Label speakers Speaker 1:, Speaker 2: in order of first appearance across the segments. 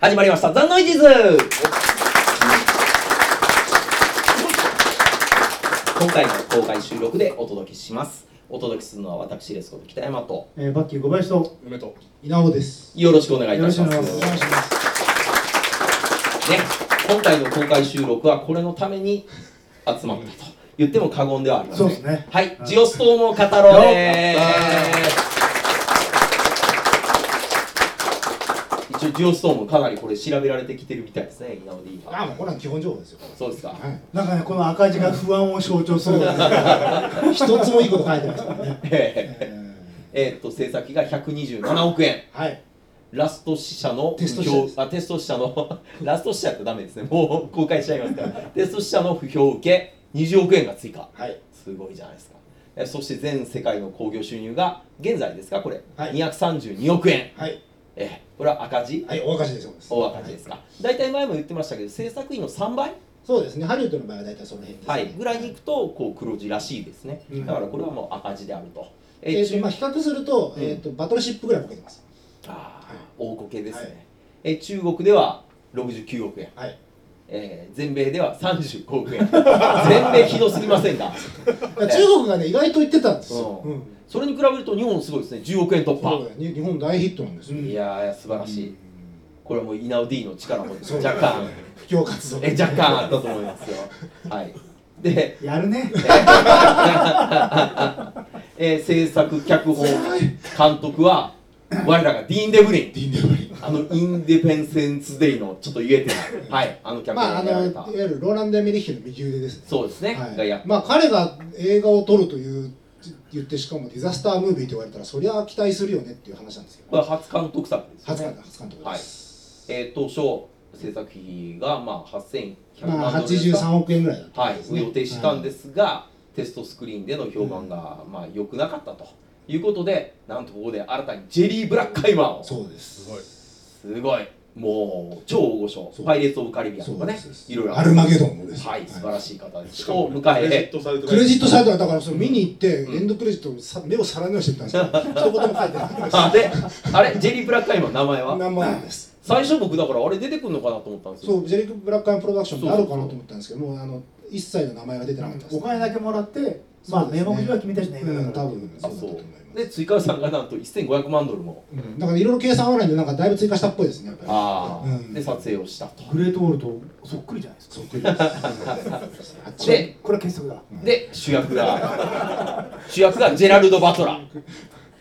Speaker 1: 始まりました「ザ・ノイジーズ」今回の公開収録でお届けしますお届けするのは私ですこと北山と
Speaker 2: えー、バッキー小林と
Speaker 3: 梅と
Speaker 2: 稲尾です。
Speaker 1: よろしくお願いいたします
Speaker 2: よろしくお願いします。
Speaker 1: ね、今回の公開収録はこれのために集まったと言っても過言ではありません
Speaker 2: そうですね
Speaker 1: はい、
Speaker 2: はい
Speaker 1: ジオストームを語ろうで
Speaker 3: よ
Speaker 1: す一応ジオストームかなりこれ調べられてきてるみたいですね稲尾 D
Speaker 3: ああ
Speaker 1: は
Speaker 3: もうこれは基本情報ですよ
Speaker 1: そうですか
Speaker 3: はい
Speaker 2: なんかね、この赤字が不安を象徴する、
Speaker 3: 一つもいいこと書いてないですからね
Speaker 1: え
Speaker 3: え
Speaker 1: ーっと制作費が127億円
Speaker 3: ーはい
Speaker 1: ラスト死者の
Speaker 3: テスト死者で
Speaker 1: 不
Speaker 3: す
Speaker 1: 評あテスト死者の ラスト死者ってダメですねもう公開しちゃいますからテスト死者の不評を受け20億円が追加
Speaker 3: はい
Speaker 1: すごいじゃないですかえそして全世界の興行収入が現在ですかこれ、
Speaker 3: はい
Speaker 1: 232億円
Speaker 3: はい
Speaker 1: えーこれは赤字、
Speaker 3: はい大赤字ですよ
Speaker 1: 大赤字ですか、大体前も言ってましたけど制作費の3倍、
Speaker 3: そうですねハリウッドの場合は大体その辺ですね、
Speaker 1: はい、ぐらいにいくとこう黒字らしいですね、
Speaker 3: うん
Speaker 1: だからこれはもう赤字であるとえ
Speaker 3: え
Speaker 1: ー
Speaker 3: ーとまあ、比較すると,、
Speaker 1: うん
Speaker 3: えー、とバトルシップぐらいボケてます
Speaker 1: あー
Speaker 3: はい
Speaker 1: 大こけですね、
Speaker 3: はい
Speaker 1: えー中国では69億円、
Speaker 3: はい
Speaker 1: えー全米では35億 円全米ひどすぎませんか
Speaker 3: だから中国がね意外と言ってたんですよ、
Speaker 1: うん
Speaker 3: うん
Speaker 1: それに比べると日本すごいですね10億円突
Speaker 3: そう
Speaker 1: 破
Speaker 3: だよね日本大ヒットなんですよ、
Speaker 1: いやー素晴らしい、
Speaker 3: うん
Speaker 1: これはもう稲尾 D の力も
Speaker 3: そう
Speaker 1: 若干
Speaker 3: 不況活動
Speaker 1: え若干あったと思います よはいで、
Speaker 2: やるね。
Speaker 1: えー制作脚本監督は我らがディーン・デブリン
Speaker 3: ディンデブリ
Speaker 1: あのインディペンセンス・デイのちょっと言えてないはいあの脚
Speaker 3: まああ
Speaker 1: 本
Speaker 3: の
Speaker 1: や
Speaker 3: い
Speaker 1: ら
Speaker 3: わ
Speaker 1: れた、
Speaker 3: ゆるローランド・エメリッヒの右腕ですね
Speaker 1: そうですね、がや
Speaker 3: は
Speaker 1: っ
Speaker 3: い、まあ彼が映画を撮るという言ってしかもディザスタームービーと言われたらそりゃ期待するよねっていう話なんですよ
Speaker 1: これは初監督作ですよ
Speaker 3: 初
Speaker 1: ね
Speaker 3: 監督初監督です、
Speaker 1: えー、当初制作費がまあ8100万
Speaker 3: まあ
Speaker 1: ドルですか
Speaker 3: 83億円ぐらいだった
Speaker 1: は
Speaker 3: んです
Speaker 1: い、
Speaker 3: ね
Speaker 1: 予定したんですが、テストスクリーンでの評判が、まあ良くなかったということでなんとここで新たにジェリー・ブラックカイマーを
Speaker 3: そうですすごい
Speaker 1: すごいもう超大御所
Speaker 3: そう
Speaker 1: パイレーツ・オブ・カリビアンとかねいろいろ
Speaker 3: アルマゲドンもです
Speaker 1: はい素晴らしい方です、
Speaker 4: しか
Speaker 1: を
Speaker 4: も
Speaker 1: 迎
Speaker 4: クレジッ
Speaker 1: え
Speaker 4: トされて
Speaker 3: クレジットサイ
Speaker 4: ト
Speaker 3: トはだからそれ見に行って、
Speaker 1: うん
Speaker 3: エンドクレジットをさ目を皿のようにしてみたんですよ一言も書いてない
Speaker 1: あであれジェリー・ブラックカイマー名前は
Speaker 3: 何万円です
Speaker 1: 最初僕だからあれ出てくるのかなと思ったんですよ
Speaker 3: そうジェリック・ブラックアンプロダクションってあるかなと思ったんですけどもうあの一切の名前が出てなかったです、
Speaker 2: お金だけもらって、まあ、
Speaker 3: そうです
Speaker 2: 名
Speaker 3: ね
Speaker 2: 目上は君たちの映
Speaker 3: う
Speaker 2: 画だか
Speaker 3: ん多
Speaker 2: ら。
Speaker 3: 分
Speaker 1: あ
Speaker 3: そうだったと
Speaker 1: そ
Speaker 3: 思います
Speaker 1: うで追加予算がなんと1500万ドルも
Speaker 3: うんだからいろいろ計算合わないんでなんかだいぶ追加したっぽいですねやっぱり
Speaker 1: ああ、
Speaker 3: うん
Speaker 1: で撮影をしたと
Speaker 2: グレートウォールとそっくりじゃないですか。
Speaker 3: そっくりですあっちは
Speaker 1: で
Speaker 2: これは傑作だ。
Speaker 1: で主役が主役がジェラルド・バトラー
Speaker 3: ジェ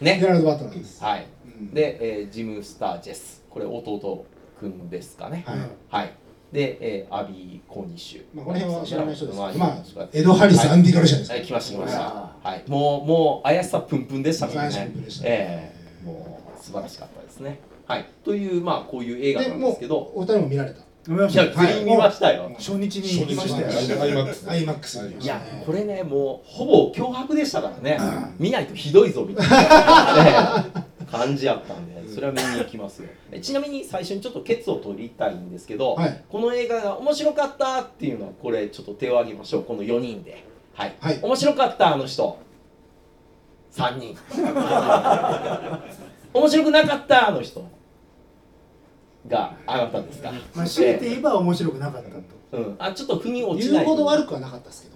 Speaker 1: ね
Speaker 3: ラルド・バトラーです
Speaker 1: はい
Speaker 3: うん
Speaker 1: で、えージム・スター・ジェスこれ弟くんですかね
Speaker 3: はい
Speaker 1: はい、で、えーアビー・コーニッシュ
Speaker 3: まあこの辺は知らない人ですけどまあ
Speaker 1: はい
Speaker 3: エド・ハリス、アンディ・ガルシアです
Speaker 1: はい、来ました来ました
Speaker 2: あ
Speaker 1: はいもうもう怪しさプンプンでしたもん
Speaker 3: 怪しさ
Speaker 1: ね
Speaker 3: プンプンでした
Speaker 1: ええもう素晴らしかったですねはいというまあこういう映画
Speaker 3: で
Speaker 1: なんです
Speaker 3: も
Speaker 1: け
Speaker 3: う
Speaker 1: ど
Speaker 3: お二人も見られた
Speaker 2: 飲みま
Speaker 1: い
Speaker 2: し
Speaker 1: や
Speaker 2: た。
Speaker 1: 全員見ましたよ、
Speaker 3: はい
Speaker 2: 初日に行きましたよ。
Speaker 3: 初日
Speaker 4: アイマックス
Speaker 3: アイマックス見ま
Speaker 1: い
Speaker 3: した
Speaker 1: や
Speaker 3: ね
Speaker 1: これねもうほぼ脅迫でしたからね、見ないとひどいぞみたいな、ね感じやったんでそれは見に行きますよえちなみに最初にちょっとケツを取りたいんですけど、
Speaker 3: はい
Speaker 1: この映画が面白かったっていうのはこれちょっと手を挙げましょうこの4人ではい、
Speaker 3: はい
Speaker 1: 面白かったあの人3人 面白くなかったあの人があなたですか、
Speaker 2: まあ、強いて言えば面白くなかったと。
Speaker 1: うん、あちょっと腑に落ちな
Speaker 3: 言
Speaker 1: いう
Speaker 3: ほど悪くはなかったですけど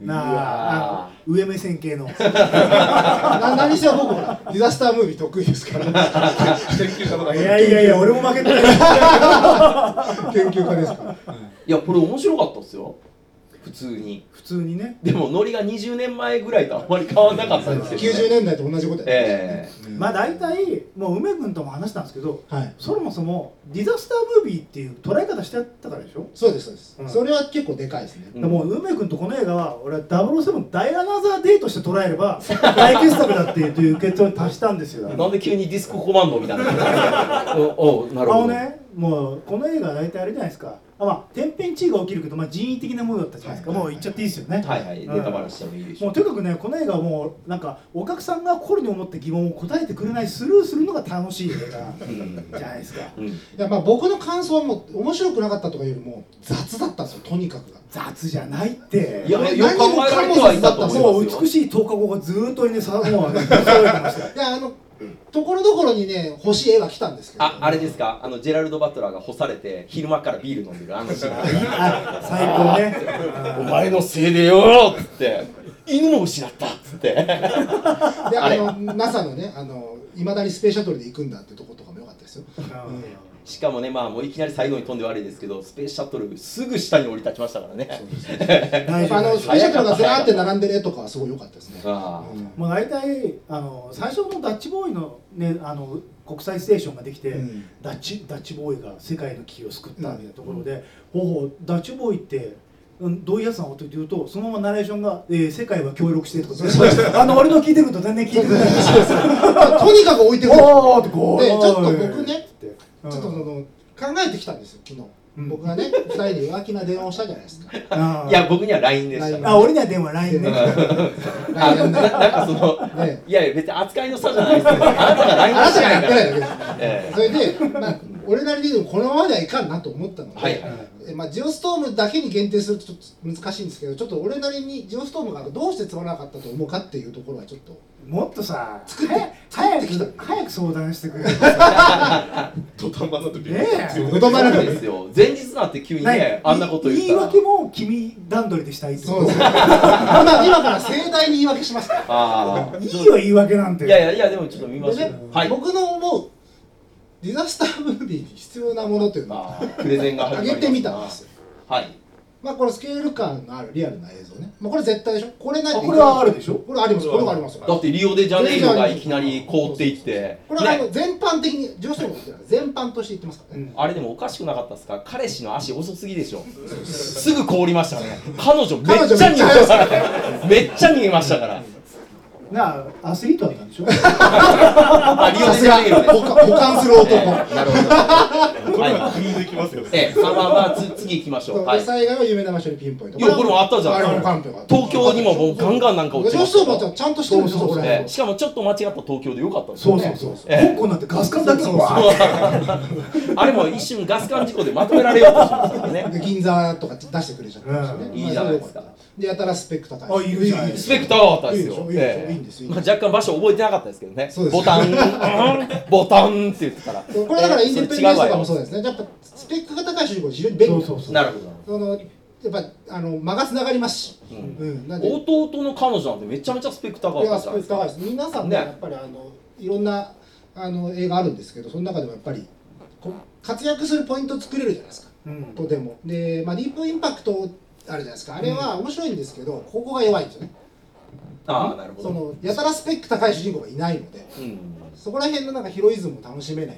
Speaker 2: なあ
Speaker 1: う
Speaker 2: なん
Speaker 1: わ
Speaker 2: か上目線系 の。
Speaker 3: な何せ僕ほらディザスタームービー得意ですから
Speaker 4: 研究者とか
Speaker 2: いやいやいや、俺も負けてない。
Speaker 3: 研究家ですから、
Speaker 1: いやこれ面白かったっすよ普通に
Speaker 2: 普通にね。
Speaker 1: でもノリが20年前ぐらいとあんまり変わんなかったんですけど、
Speaker 3: 90
Speaker 1: ね、
Speaker 3: 年代と同じことやって
Speaker 1: え
Speaker 3: ま
Speaker 1: え
Speaker 3: すね
Speaker 2: まあ、大体、もう梅君とも話したんですけど。
Speaker 3: はい
Speaker 2: そもそもディザスタームービーっていう捉え方してあったからでしょ、
Speaker 3: そうですそうです、
Speaker 2: うん
Speaker 3: それは結構でかいですね、
Speaker 1: うん
Speaker 2: でもう梅君とこの映画は俺は007ダイアナザーデーとして捉えれば大傑作だっていうという結論に達したんですよ
Speaker 1: なんで急にディスココマンドみたい なおおなる
Speaker 2: あ
Speaker 1: ほ
Speaker 2: の
Speaker 1: ど、
Speaker 2: ねもうこの映画は大体あれじゃないですかあまあ天変地異が起きるけど、まあ、人為的なものだったじゃないですか、
Speaker 3: はい
Speaker 2: もう言っちゃっていいですよね、
Speaker 1: はいはい
Speaker 2: うん
Speaker 1: ネタバラしてもいいでしょ
Speaker 2: もうとにかくねこの映画はもうなんかお客さんが心に思って疑問を答えてくれないスルーするのが楽しい映
Speaker 1: う
Speaker 2: 画
Speaker 1: ん
Speaker 2: じゃないですか
Speaker 1: うん
Speaker 3: いやまあ僕の感想はもう面白くなかったとかよりも雑だったんですよとにかくが
Speaker 2: 雑じゃないって
Speaker 1: いや
Speaker 3: 何
Speaker 1: よく考えられてはいたと思いますよ
Speaker 2: もう美しい10日後がずーっとね、さもうね、そう言ってましたよ。
Speaker 3: いやあの、ところどころにね欲しい絵が来たんですけど
Speaker 1: あ、あれですかあの、ジェラルド・バトラーが干されて、昼間からビール飲んでるあの シーン。
Speaker 2: あ最高
Speaker 1: お
Speaker 2: ね
Speaker 1: 前のせいでよーっつって犬も失ったっつって
Speaker 3: で
Speaker 1: あ
Speaker 3: あ
Speaker 1: れ
Speaker 3: の NASA のねあのいまだにスペースシャトルで行くんだってとことかも良かったですよ
Speaker 1: しかもねまあもういきなり最後に飛んで悪いですけどスペースシャトルすぐ下に降り立ちましたからね
Speaker 3: や
Speaker 2: 大丈
Speaker 3: っぱあの
Speaker 2: 夫
Speaker 3: スペースシャトルがずらーって並んでる絵とかはすごい良かったですね
Speaker 1: ああ
Speaker 3: う
Speaker 2: もう大体あの最初のダッチボーイの,、ね、あの国際ステーションができて、
Speaker 3: うん
Speaker 2: ダッチダッチボーイが世界の危機を救ったみたいなところで、ほうほうダッチボーイってうんどういうやつなのって言うとそのままナレーションが、えー「世界は協力して」とか全然あの俺の聞いてると全然聞いてくれない
Speaker 3: んとにかく置いてくる
Speaker 2: おーってこう
Speaker 3: でちょっと僕ね
Speaker 2: ち
Speaker 3: ちょっとその考えてきたんですよ昨日、
Speaker 2: うん
Speaker 3: 僕がね2人で浮気な電話をしたじゃないですか
Speaker 2: あ
Speaker 1: いや僕には LINE でした、
Speaker 3: LINE
Speaker 2: あ俺には電話 LINE ね
Speaker 1: あななんかその、
Speaker 3: ね
Speaker 1: いやいや別に扱いの差じゃないですけど あなたが LINE
Speaker 3: あな
Speaker 1: して
Speaker 3: たが
Speaker 1: な
Speaker 3: や
Speaker 1: いから、
Speaker 3: ってないだ
Speaker 1: え
Speaker 3: けそれで、まあ、俺なりにでもこのままではいかんなと思ったので、
Speaker 1: はいはい
Speaker 3: えまあ、ジオストームだけに限定するとちょっと難しいんですけどちょっと俺なりにジオストームがどうしてつまらなかったと思うかっていうところはちょっ と
Speaker 2: もっとさ
Speaker 3: 作って
Speaker 2: 早早
Speaker 3: 作ってきた
Speaker 2: く早く相 談してくれる
Speaker 4: 土壇場の時
Speaker 2: ねえ
Speaker 4: 強
Speaker 3: 言
Speaker 4: く
Speaker 1: え
Speaker 3: 葉な
Speaker 1: そう
Speaker 3: く
Speaker 1: ですよ前日なんて急にねあんなこと言った
Speaker 2: 言い
Speaker 1: ら
Speaker 2: 訳も君段取りでしたいって
Speaker 3: そう
Speaker 2: こ
Speaker 3: ですね今今から盛大に言い訳しますから
Speaker 1: あ
Speaker 2: といいよ言い訳なん
Speaker 1: あ
Speaker 2: て
Speaker 1: いやいやいやでもちょっと見ましょ
Speaker 3: で
Speaker 1: う
Speaker 3: ね、
Speaker 1: はい
Speaker 3: 僕の思うディザスタームービーに必要なものというのを
Speaker 1: ああプレゼンが始ま
Speaker 3: 挙
Speaker 1: りまし
Speaker 3: げ
Speaker 1: た
Speaker 3: てみたんですよ
Speaker 1: はい
Speaker 3: まあこれスケール感のあるリアルな映像ね、まあ、これ絶対でしょこれないと
Speaker 2: あこれはあるでしょ
Speaker 3: これありますこれはありますよ
Speaker 1: だってリオデジャネイロがいきなり凍っていって
Speaker 3: これはあの全般的に上司のことじゃない全般として言ってますからね、
Speaker 1: あれでもおかしくなかったですか彼氏の足遅すぎでしょすぐ凍りましたね彼女めっちゃ逃げましたからめっちゃ逃げましたから
Speaker 2: なあアスリートだったんでしょ
Speaker 1: あリオ
Speaker 3: さ
Speaker 1: デ
Speaker 3: す
Speaker 1: ジ
Speaker 3: が
Speaker 1: ャネイロ
Speaker 3: 保
Speaker 1: で
Speaker 3: 管保管する
Speaker 1: え
Speaker 3: 男、
Speaker 1: えなるほど
Speaker 4: これは
Speaker 1: は
Speaker 4: 国できますよね
Speaker 1: いええまあまあまあつ次行きましょ
Speaker 3: そうう
Speaker 1: はい
Speaker 3: で災害は有名な場所にピンポイント
Speaker 1: いやこれもあったじゃん
Speaker 3: あれも完璧
Speaker 1: 東京にももうガンガンなんか落ちま
Speaker 3: 上
Speaker 1: し
Speaker 3: 司
Speaker 1: たから
Speaker 3: のことはちゃんとしてるんですよ
Speaker 2: そうそうそう
Speaker 3: こ
Speaker 1: え
Speaker 3: れ
Speaker 1: えしかもちょっと間違った東京でよかったです
Speaker 2: そ
Speaker 1: よ
Speaker 2: う
Speaker 1: ね
Speaker 2: そうそうそう、
Speaker 1: ええ
Speaker 2: 香港なんてガス管だけ
Speaker 3: そ
Speaker 2: だ
Speaker 3: う
Speaker 2: も
Speaker 3: そ
Speaker 2: ん
Speaker 3: うそ う
Speaker 1: あれも一瞬ガス管事故でまとめられようとしてますからね
Speaker 3: で銀座とか出してくれちゃったんですよね、
Speaker 2: うん
Speaker 1: いいじゃないですか
Speaker 3: でやたらスペクター
Speaker 2: あいいじゃない
Speaker 1: スペクターはあったんです
Speaker 3: いい
Speaker 1: よ
Speaker 3: でしょ
Speaker 1: ええ
Speaker 3: いいんですよいいんで
Speaker 1: ま
Speaker 3: すよ
Speaker 1: あ若干場所覚えてなかったですけどね
Speaker 3: そうです
Speaker 1: ボタン うんボタンって言ってたら
Speaker 3: これだからインディペンデンスとかもそう
Speaker 1: で
Speaker 3: ですねやっぱスペックが高い主人公非常に便利
Speaker 2: そうそうそう
Speaker 1: なるほど
Speaker 3: そのやっぱあの間がつながりますし、
Speaker 1: う
Speaker 3: うんんなんで
Speaker 1: 弟の彼女なんてめちゃめちゃスペクターが
Speaker 3: い
Speaker 1: あ
Speaker 3: や
Speaker 1: った
Speaker 3: ス
Speaker 1: じゃ
Speaker 3: ペ
Speaker 1: ないで
Speaker 3: ック
Speaker 1: すか
Speaker 3: 高いです皆さんも
Speaker 1: ね
Speaker 3: やっぱりあのいろんなあの映画あるんですけどその中でもやっぱりこう活躍するポイント作れるじゃないですか
Speaker 2: うん
Speaker 3: とてもで、まあ、ディープインパクトあるじゃないですかあれは面白いんですけど、ここが弱いんですよね
Speaker 1: ああなるほ
Speaker 3: そ
Speaker 1: ど
Speaker 3: のやたらスペック高い主人公がいないので
Speaker 1: うん
Speaker 3: そこら辺のなんかヒロイズムを楽しめない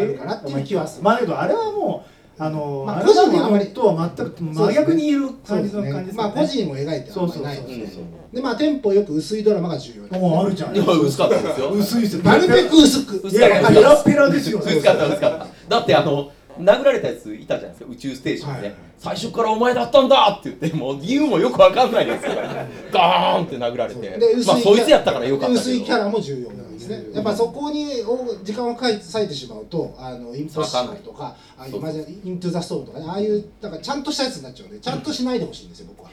Speaker 3: あるかなっていう気はする、
Speaker 2: まあだけどあれはもうあの、
Speaker 3: まあ
Speaker 2: あれだけ
Speaker 3: 個人はあまり
Speaker 2: とは全く真逆にいる
Speaker 3: そ
Speaker 2: 感
Speaker 3: うで
Speaker 2: じ
Speaker 3: す
Speaker 2: の
Speaker 3: ね
Speaker 2: 感じです
Speaker 3: まあ
Speaker 2: よね
Speaker 3: 個人を描いてはあんまりないの
Speaker 2: そう
Speaker 3: で
Speaker 1: そ
Speaker 2: そう
Speaker 1: う
Speaker 3: でまあテンポよく薄いドラマが重要
Speaker 2: おあるじゃん
Speaker 1: いや薄かったですよ
Speaker 2: 薄いですよ
Speaker 3: なるべく薄く
Speaker 1: 薄
Speaker 2: いやいやペラペラですよ
Speaker 1: 薄かった薄かっただってあの殴られたやついたじゃないですか宇宙ステーションで、
Speaker 3: はい
Speaker 1: 最初からお前だったんだって言ってもう理由もよくわかんないですからガーンって殴られて
Speaker 3: で薄
Speaker 1: まあ
Speaker 3: キ
Speaker 1: そ
Speaker 3: ャ
Speaker 1: いつやったからよかったけど
Speaker 3: 薄いキャラも重要なんですねやっぱそこにお時間を割いてしまうとあのインポッシブルとかああいう
Speaker 1: そう
Speaker 3: マジイントゥザストームとかねああいうなんかちゃんとしたやつになっちゃうのでちゃんとしないでほしいんですよ僕は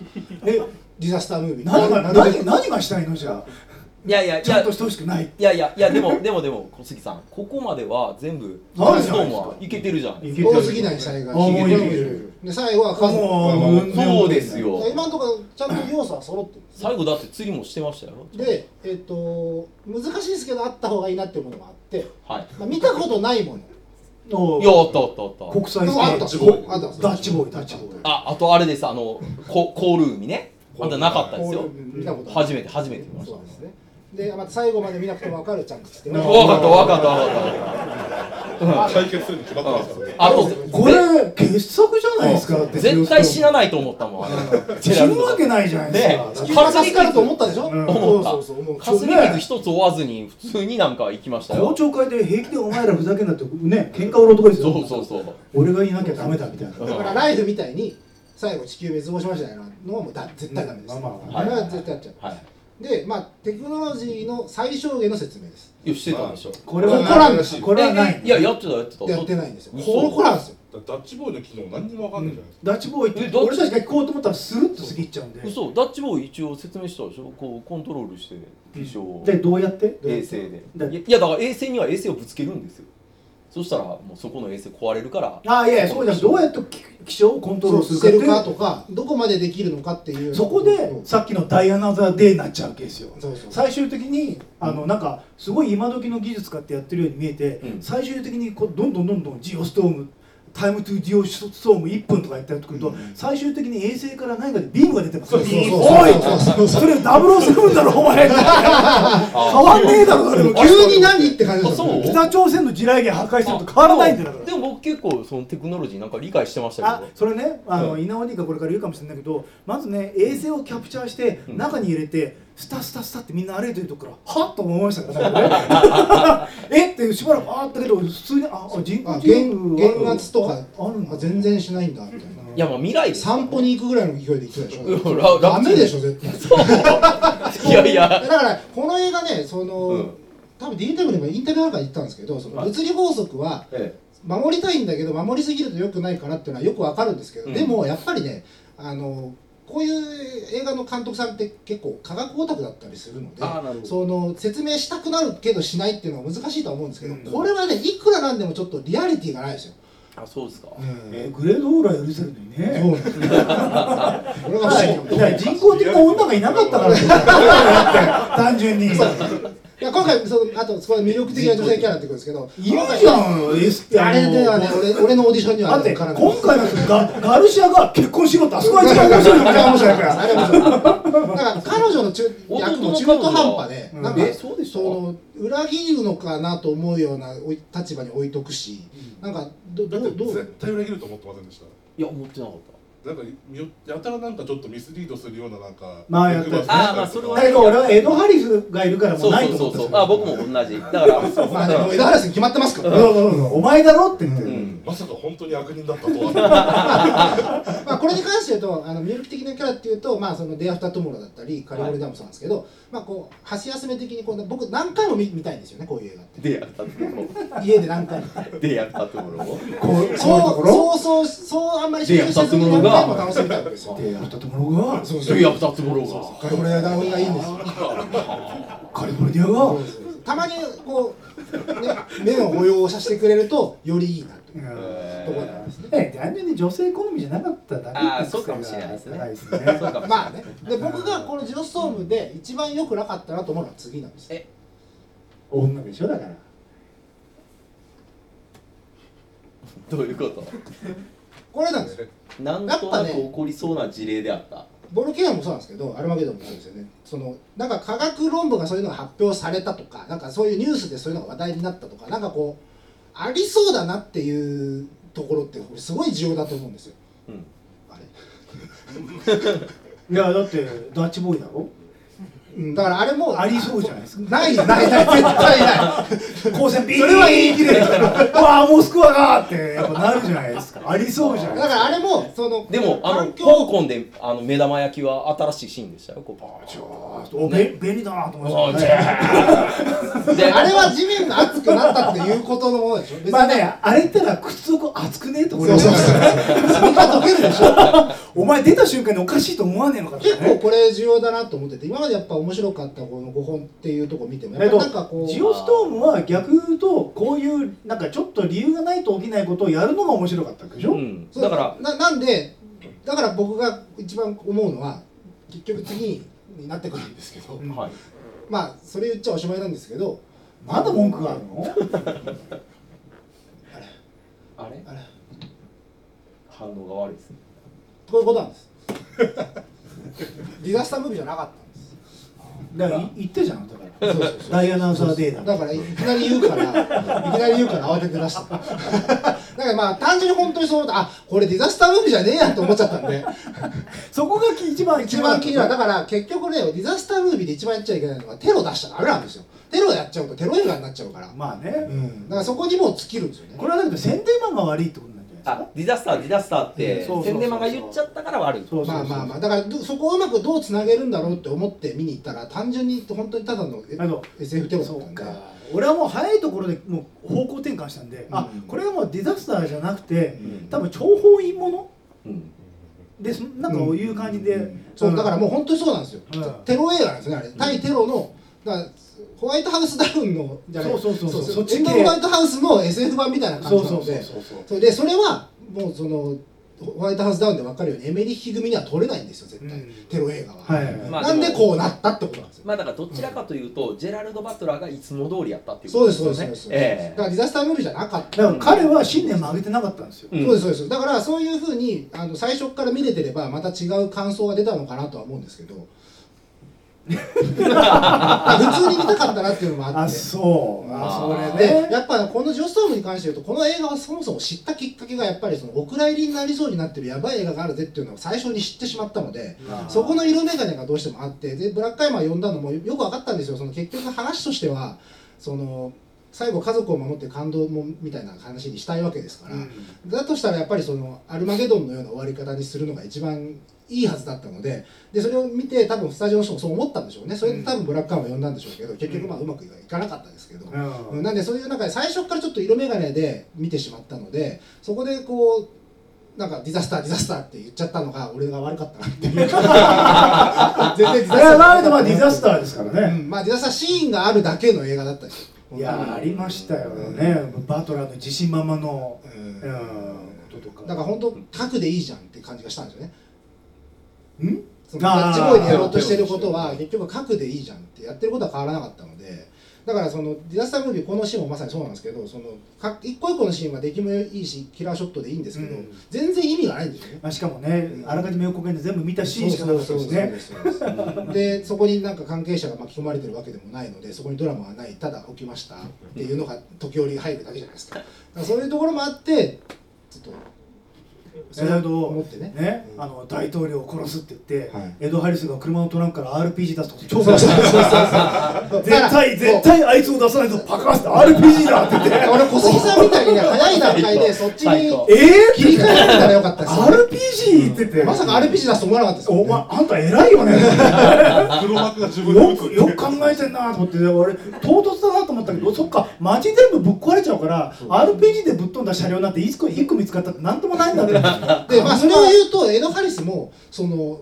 Speaker 2: え
Speaker 3: ディザスタームービー
Speaker 2: 何が
Speaker 3: なるべ
Speaker 2: 何
Speaker 3: く
Speaker 2: 何がしたいのじゃ
Speaker 1: いやいや
Speaker 2: あ
Speaker 1: い
Speaker 2: ちゃ
Speaker 1: や
Speaker 2: んとしてほしくない
Speaker 1: いやいやいやでもで もでも小杉さんここまでは全部
Speaker 2: ある
Speaker 1: ス
Speaker 2: じゃ
Speaker 1: トー
Speaker 2: ないですか
Speaker 1: ムはいけてるじゃないですか
Speaker 3: 多すぎない社員が
Speaker 2: あもういるいるいる
Speaker 3: で最後は数
Speaker 2: もう
Speaker 1: そうですよ
Speaker 3: 今のところちゃんと要素は揃ってるんです
Speaker 1: 最後だって釣りもしてましたよ
Speaker 3: でえっと難しいですけどあった方がいいなっていうものもあって、
Speaker 1: はい
Speaker 3: まあ、見たことないもの
Speaker 2: お
Speaker 1: いやあったあったあった
Speaker 2: 国際
Speaker 3: あった
Speaker 2: ス
Speaker 3: ん
Speaker 2: テ
Speaker 3: で
Speaker 2: ー
Speaker 3: す
Speaker 2: ジ
Speaker 4: こ
Speaker 3: あったんです
Speaker 2: ダッチボーイダッチボーイ
Speaker 1: ああとあれですあのココール海ねあんたなかったです
Speaker 3: こ
Speaker 1: よ
Speaker 3: う見たことない
Speaker 1: 初めて初めて見ました
Speaker 3: そうですね。で、また最後まで見なくても分かるちゃんとして。
Speaker 2: なる
Speaker 1: わ
Speaker 2: ほ
Speaker 1: かったわかったわ
Speaker 4: 解決するに決まって
Speaker 1: か
Speaker 4: ま
Speaker 1: っ
Speaker 4: す
Speaker 1: た
Speaker 4: よね
Speaker 1: あと
Speaker 2: これ傑作じゃないですかだって
Speaker 1: 絶対死な
Speaker 2: な
Speaker 1: な
Speaker 2: い
Speaker 1: いと思ったもんあれ
Speaker 2: 死ぬわけないじゃないですか
Speaker 1: ね
Speaker 3: 地球が助かると思ったでしょ。
Speaker 2: うん
Speaker 1: 思った
Speaker 3: そうそうそう思う。
Speaker 1: かすり傷一つ負わずに普通になんか行きました
Speaker 2: 公
Speaker 1: よ
Speaker 2: 聴会で平気でお前らふざけんなってね喧嘩売る男ですよ
Speaker 1: そうそうそう
Speaker 2: 俺がいなきゃダメだみたいな
Speaker 1: うん
Speaker 3: だからライフみたいに最後地球滅亡しましたよなのはもうだ絶対ダメで
Speaker 2: ま
Speaker 3: す。
Speaker 2: あまあ
Speaker 1: はい
Speaker 3: れは絶対やっちゃう。
Speaker 1: はい
Speaker 3: で、まあ、テクノロジーの最小限の説明です。
Speaker 1: いやしてたでしょ
Speaker 2: これは
Speaker 3: ここな
Speaker 2: な
Speaker 3: んで
Speaker 2: い
Speaker 3: すよ
Speaker 2: これはな
Speaker 1: え
Speaker 2: い
Speaker 1: えいややってたやってた
Speaker 3: やってないんですよ。
Speaker 1: 嘘
Speaker 3: ここなんですよ。
Speaker 4: だダッチボーイの機能何にもわかんないじゃないですか
Speaker 2: ダッチボーイ
Speaker 1: え
Speaker 2: って
Speaker 1: どっち
Speaker 2: 俺たちが聞こうと思ったらスルッと過ぎちゃうんで
Speaker 1: 嘘ダッチボーイ一応説明したでしょこうコントロールして気象を
Speaker 2: でどうやって
Speaker 1: 衛星で
Speaker 2: だ
Speaker 1: いやいやだから衛星には衛星をぶつけるんですよそしたらもうそこの衛星壊れるから
Speaker 2: ああいやいやそうじゃなくてどうやって気気象をコントロールす
Speaker 3: そう
Speaker 2: る
Speaker 3: 捨
Speaker 2: かっ
Speaker 3: て
Speaker 2: て
Speaker 3: る
Speaker 2: い
Speaker 3: か
Speaker 2: う
Speaker 3: とか、どこまでできるのかっていう。
Speaker 2: そこで
Speaker 3: うん
Speaker 2: さっきのダイアナザーデーになっちゃうわけですよ
Speaker 3: そうそう
Speaker 2: 最終的にあのなんかすごい今時の技術使ってやってるように見えて、
Speaker 1: うん
Speaker 2: 最終的にこうどんどんどんどんジオストームタイムトゥジオストーム1分とかやってやってくると、最終的に衛星から何かでビームが出てます
Speaker 3: そうそうそう
Speaker 2: ビームおい
Speaker 3: そうそうそう
Speaker 2: それ007だろお 前変わんねえだろそれも
Speaker 3: 急に何って感じです
Speaker 1: あそう
Speaker 2: 北朝鮮の地雷原破壊してると変わらないんだから
Speaker 1: でも僕結構そのテクノロジーなんか理解してました
Speaker 2: あ
Speaker 1: けど
Speaker 2: それねあの、
Speaker 1: う
Speaker 2: 稲尾兄がこれから言うかもしれないけどまずね衛星をキャプチャーして、
Speaker 1: うん
Speaker 2: 中に入れてスタスタスタってみんな歩いてるとこからはっと思いましたから、 ね、えってしばらくあーったけど普通にああ人工
Speaker 3: あ
Speaker 2: 知
Speaker 3: 原
Speaker 2: 能
Speaker 3: 原圧とか
Speaker 2: あるんだ
Speaker 3: あ全然しないんだみたいない
Speaker 1: やまあ未来ですからね
Speaker 3: 散歩に行くぐらいの勢いで行ってたでし
Speaker 1: うん
Speaker 3: ょ
Speaker 1: ラ
Speaker 3: ダメでしょ絶対
Speaker 1: いやいや
Speaker 3: だからこの映画ねその、
Speaker 1: うん
Speaker 3: 多分 D テクにもインタビューなんかで言ったんですけどその
Speaker 1: はい
Speaker 3: 物理法則は
Speaker 1: え
Speaker 3: 守りたいんだけど守りすぎると良くないからっていうのはよくわかるんですけど、
Speaker 1: うん
Speaker 3: でもやっぱりねあのこういう映画の監督さんって結構科学オタクだったりするので
Speaker 1: あーなるほど
Speaker 3: その説明したくなるけどしないっていうのは難しいとは思うんですけど、
Speaker 2: うん
Speaker 3: これはねいくらなんでもちょっとリアリティがないですよ。
Speaker 1: あそうですか
Speaker 3: うん
Speaker 2: えグレードオーラー許せるのに
Speaker 3: そ
Speaker 2: ね
Speaker 3: うなんですよこれが不思議なこと
Speaker 2: いや人工的な女がいなかったからね単純に
Speaker 3: いや今回そのあとそこで魅力的な女性キャラってくるんですけど
Speaker 2: いるじゃん S って
Speaker 3: あれではね俺俺のオーディションには
Speaker 2: だって
Speaker 3: 絡
Speaker 2: 今
Speaker 3: んでます
Speaker 2: 回のガガルシアが結婚しろってあそこが一番面白いの
Speaker 3: あ
Speaker 2: あ
Speaker 3: れ
Speaker 2: れが
Speaker 3: は面
Speaker 2: 面白いか
Speaker 3: 白いか
Speaker 2: らら
Speaker 3: あれは面白いだから彼女の中役も中途半端で、
Speaker 2: うん
Speaker 3: なんか
Speaker 1: えそうでし
Speaker 3: そ
Speaker 1: ょ
Speaker 3: の裏切るのかなと思うようなおい立場に置いとくし、なんかど
Speaker 4: だ
Speaker 3: ど
Speaker 4: って
Speaker 3: うどう
Speaker 4: 絶対裏切ると思ってませんでした
Speaker 1: いや思ってなかった
Speaker 4: なんかよやたらなんかちょっとミスリードするようななんか
Speaker 2: まあやった
Speaker 4: 役割
Speaker 1: あーまあそれは
Speaker 2: だけど俺はエド・ハリスがいるからも
Speaker 1: そうう
Speaker 2: な
Speaker 1: そ
Speaker 2: いうと
Speaker 1: そうそう
Speaker 2: 思ったんですよ
Speaker 1: あ僕も同じだからそう
Speaker 3: まあでも江戸原さん決まってますから、
Speaker 2: そうそうそうお前だろって言ってる、
Speaker 1: うん
Speaker 4: まさか本当に悪人だったとは
Speaker 3: まあ、これに関して言うとあの魅力的なキャラっていうと、まあ、そのデイアフタートゥモローだったりカリオレダムさんですけど、まあこう箸休め的にこう僕何回も見見たいんですよねこういう映画っ
Speaker 1: でやったとこ
Speaker 3: て家で何回も
Speaker 1: ろでやったところを
Speaker 2: こうそういうと
Speaker 3: そ
Speaker 2: こ
Speaker 3: う
Speaker 2: ろ
Speaker 3: そうそうそうあんまり集中せずに何回も楽しみたいわけですよ
Speaker 2: でやったところが
Speaker 3: そうそう
Speaker 1: でやったところが
Speaker 3: カリオレダムがいいんですよ
Speaker 2: カリフォルニアが
Speaker 3: たまにこう、ね、目を催させてくれるとよりいいなというところなんですね
Speaker 2: え単純に女性好みじゃなかっただけ
Speaker 1: ああそうかもしれないですね
Speaker 2: 高ですね
Speaker 1: そうかもしれ
Speaker 3: ま
Speaker 1: な
Speaker 3: あ
Speaker 1: い
Speaker 3: ねで僕がこのジオストームで一番良くなかったなと思うのは次なんです
Speaker 1: え
Speaker 2: 女でしょだから
Speaker 1: どういうこと
Speaker 3: これなんですよ
Speaker 1: なんとなく起こりそうな事例であった
Speaker 3: ボルケアもそうなんですけど、アルマゲドンもそうですよね。そのなんか科学論文がそういうのが発表されたとか、なんかそういうニュースでそういうのが話題になったとか、なんかこうありそうだなっていうところって俺すごい重要だと思うんですよ。
Speaker 1: うん
Speaker 3: あれ。
Speaker 2: いやだってダッチボーイだろ
Speaker 3: うん、だからあれも
Speaker 2: ありそうじゃないですか
Speaker 3: ないないない絶対ない。
Speaker 2: 光線ビーンそれは言い切れるうわあモスクワがーってやっぱなるじゃないですかありそうじゃ
Speaker 3: だ
Speaker 2: ない
Speaker 3: からあれもその
Speaker 1: でもあの
Speaker 3: 環
Speaker 1: 香
Speaker 3: 境
Speaker 1: 港であの目玉焼きは新しいシーンでしたよここ
Speaker 2: ちょっとおべ便利だなと思いましたね
Speaker 1: で
Speaker 3: あれは地面が熱くなったっていうことのものでしょ。別に
Speaker 2: まあね、あれったら靴底熱くねえと
Speaker 3: そ
Speaker 2: 思
Speaker 3: う
Speaker 2: いま
Speaker 3: そうそう。
Speaker 2: す
Speaker 3: それが溶けるでしょ。
Speaker 2: お前出た瞬間におかしいと思わねえのかと
Speaker 3: 結
Speaker 2: か
Speaker 3: 構
Speaker 2: ね
Speaker 3: これ重要だなと思ってて今までやっぱ面白かったこの5本っていうとこ見てもや
Speaker 2: え
Speaker 3: っ
Speaker 2: っ
Speaker 3: ぱ
Speaker 2: と
Speaker 3: なんかこ
Speaker 2: ジ
Speaker 3: う
Speaker 2: オストームは逆言うとこういうなんかちょっと理由がないと起きないことをやるのが面白かったわけでしょ、
Speaker 1: うん
Speaker 3: そう
Speaker 1: だから
Speaker 3: ななんでだから僕が一番思うのは結局次になってくるんですけど、
Speaker 2: うん
Speaker 1: はい
Speaker 3: まあそれ言っちゃおしまいなんですけど
Speaker 2: まだ文句がある の
Speaker 1: あれ
Speaker 3: あれ
Speaker 1: 反応が悪いですね
Speaker 3: こういうことなんですディザスタームービーじゃなかったんです
Speaker 2: だからい言ったじゃんだから
Speaker 3: そうそうそう
Speaker 2: ダイアナウンサーデー だ
Speaker 3: だからいきなり言うからいきなり言うから慌てて出しただからまあ単純に本当にそう思ったあこれディザスタームービーじゃねえやと思っちゃったんで
Speaker 2: そこがき一番
Speaker 3: 一番気になる
Speaker 2: る
Speaker 3: だから結局ねディザスタームービーで一番やっちゃいけないのはテロ出しちゃダメなんですよテロやっちゃうとテロ映画になっちゃうから、
Speaker 2: まあね、
Speaker 3: うん、だからそこにもう尽きるんですよね
Speaker 2: これはだけど宣伝マンが悪いってことなんじゃないで
Speaker 1: あ
Speaker 2: す
Speaker 1: ディザスターディザスターっ
Speaker 3: う
Speaker 1: て
Speaker 2: そうそ
Speaker 3: ん
Speaker 2: うそうそう
Speaker 1: 宣伝マンが言っちゃったから悪い
Speaker 2: そうそうそ
Speaker 3: まあ
Speaker 2: う
Speaker 3: まあまあだからどそこをうまくどうつなげるんだろうって思って見に行ったら単純に本当にただのえ
Speaker 2: あの
Speaker 3: SF テロだ
Speaker 2: そ
Speaker 3: っ
Speaker 2: う
Speaker 3: たんで
Speaker 2: か俺はもう早いところでもう方向転換したんで、あ
Speaker 3: うん
Speaker 2: これはもうディザスターじゃなくて
Speaker 1: うん
Speaker 2: 多分諜報員もの
Speaker 1: うん
Speaker 2: でそなんかこういう感じで、
Speaker 3: そうだからも
Speaker 2: う
Speaker 3: う本当にそうなんですよ、
Speaker 2: うん
Speaker 3: テロ映画なんですねあれ対テロのだからホワイトハウスダウンのじゃない
Speaker 2: そうそうそうそうそっち系
Speaker 3: エンドホワイトハウスの SF 版みたいな感
Speaker 2: そ
Speaker 3: じな
Speaker 2: う
Speaker 3: ので
Speaker 2: そうそうそうそう
Speaker 3: それでそれはもうそのホワイトハウスダウンで分かるようにエメリッヒ組には取れないんですよ絶対、
Speaker 2: うん
Speaker 3: テロ映画は、
Speaker 2: はい
Speaker 1: まあ
Speaker 3: なんでこうなったってことなんですよ、
Speaker 1: まあだからどちらかというと、ジェラルド・バトラーがいつも通りやったっていう
Speaker 3: そう
Speaker 1: こと
Speaker 3: ですそうですそう
Speaker 1: ね
Speaker 3: で
Speaker 1: え
Speaker 3: す、
Speaker 1: え
Speaker 3: だからディザスタームービーじゃなかった
Speaker 2: だから彼は信念も上げてなかったんですよ、
Speaker 1: うん
Speaker 3: そうですそうですだからそういうふうにあの最初から見れてればまた違う感想が出たのかなとは思うんですけど普通に見たかったなっていうのもあ
Speaker 2: あ
Speaker 3: って
Speaker 2: そう
Speaker 1: あ
Speaker 2: あ
Speaker 1: ー
Speaker 2: それ
Speaker 3: で
Speaker 2: ね
Speaker 3: やっぱこの「ジョストーム」に関して言うとこの映画はそもそも知ったきっかけがやっぱりそのお蔵入りになりそうになってるやばい映画があるぜっていうのを最初に知ってしまったので
Speaker 2: あー
Speaker 3: そこの色眼鏡がどうしてもあってでブラックアイマー呼んだのもよく分かったんですよその結局話としてはその最後家族を守って感動もみたいな話にしたいわけですから。だとしたらやっぱりそのアルマゲドンのような終わり方にするのが一番いいはずだったのででそれを見て多分スタジオの人もそう思ったんでしょうねそれで多分ブラックアンを呼んだんでしょうけど結局まあうまくいかなかったですけど、
Speaker 2: うん
Speaker 3: なんでそういう中で最初からちょっと色眼鏡で見てしまったのでそこでこうなんかディザスターディザスターって言っちゃったのが俺が悪かったなっ ていう全然ディザス
Speaker 2: それはワールドはディザスターですから
Speaker 3: う
Speaker 2: ね、
Speaker 3: んまあディザスターシーンがあるだけの映画だったでしょ
Speaker 2: いやーありましたよね、バトラーの自信満々の、
Speaker 3: うん
Speaker 2: うん、こととか
Speaker 3: だから本当核でいいじゃんって感じがしたんですよね
Speaker 2: ん
Speaker 3: そのダッチボーイでやろうとしてることは結局核でいいじゃんってやってることは変わらなかったのでだからそのディザスタームービーこのシーンもまさにそうなんですけどそのか一個一個のシーンは出来もいいしキラーショットでいいんですけど、
Speaker 2: うん
Speaker 3: 全然意味がないんですよね
Speaker 2: まあ、しかもねあらかじめ予告編で全部見たシーンしかなかったです
Speaker 3: そうそう
Speaker 2: ね
Speaker 3: そうそうそうでそこになんか関係者が巻き込まれてるわけでもないのでそこにドラマはないただ起きましたっていうのが時折入るだけじゃないですかだからそういうところもあってちょっと
Speaker 2: エドハリス
Speaker 3: 思ってね
Speaker 2: ね、
Speaker 3: うん
Speaker 2: あの大統領を殺すって言って、
Speaker 3: はい
Speaker 2: エド・ハリスが車のトランクから RPG 出すとこ超
Speaker 3: そう
Speaker 2: 怖
Speaker 3: そう
Speaker 2: い
Speaker 3: そうそうそう
Speaker 2: 絶対絶対あいつを出さないとパカーンって RPG だって言って
Speaker 3: 俺小杉さんみたいにね早い段階でそっち
Speaker 1: 最
Speaker 3: に
Speaker 1: 高
Speaker 2: え
Speaker 3: 切り 替えられたらよかったですよ
Speaker 2: RPG って言って
Speaker 3: まさか RPG 出すと思わなかったですよ
Speaker 2: お前あんた偉いよね
Speaker 4: 黒幕が自分
Speaker 2: よ
Speaker 4: で撃つ
Speaker 2: くよく考えてんなと思って、ね、俺唐突だなと思ったけどそっか街全部ぶっ壊れちゃうから RPG でぶっ飛んだ車両なんて一個一個見つかったってなんともないんだって
Speaker 3: でまあそれを言うとエド・ハリスもその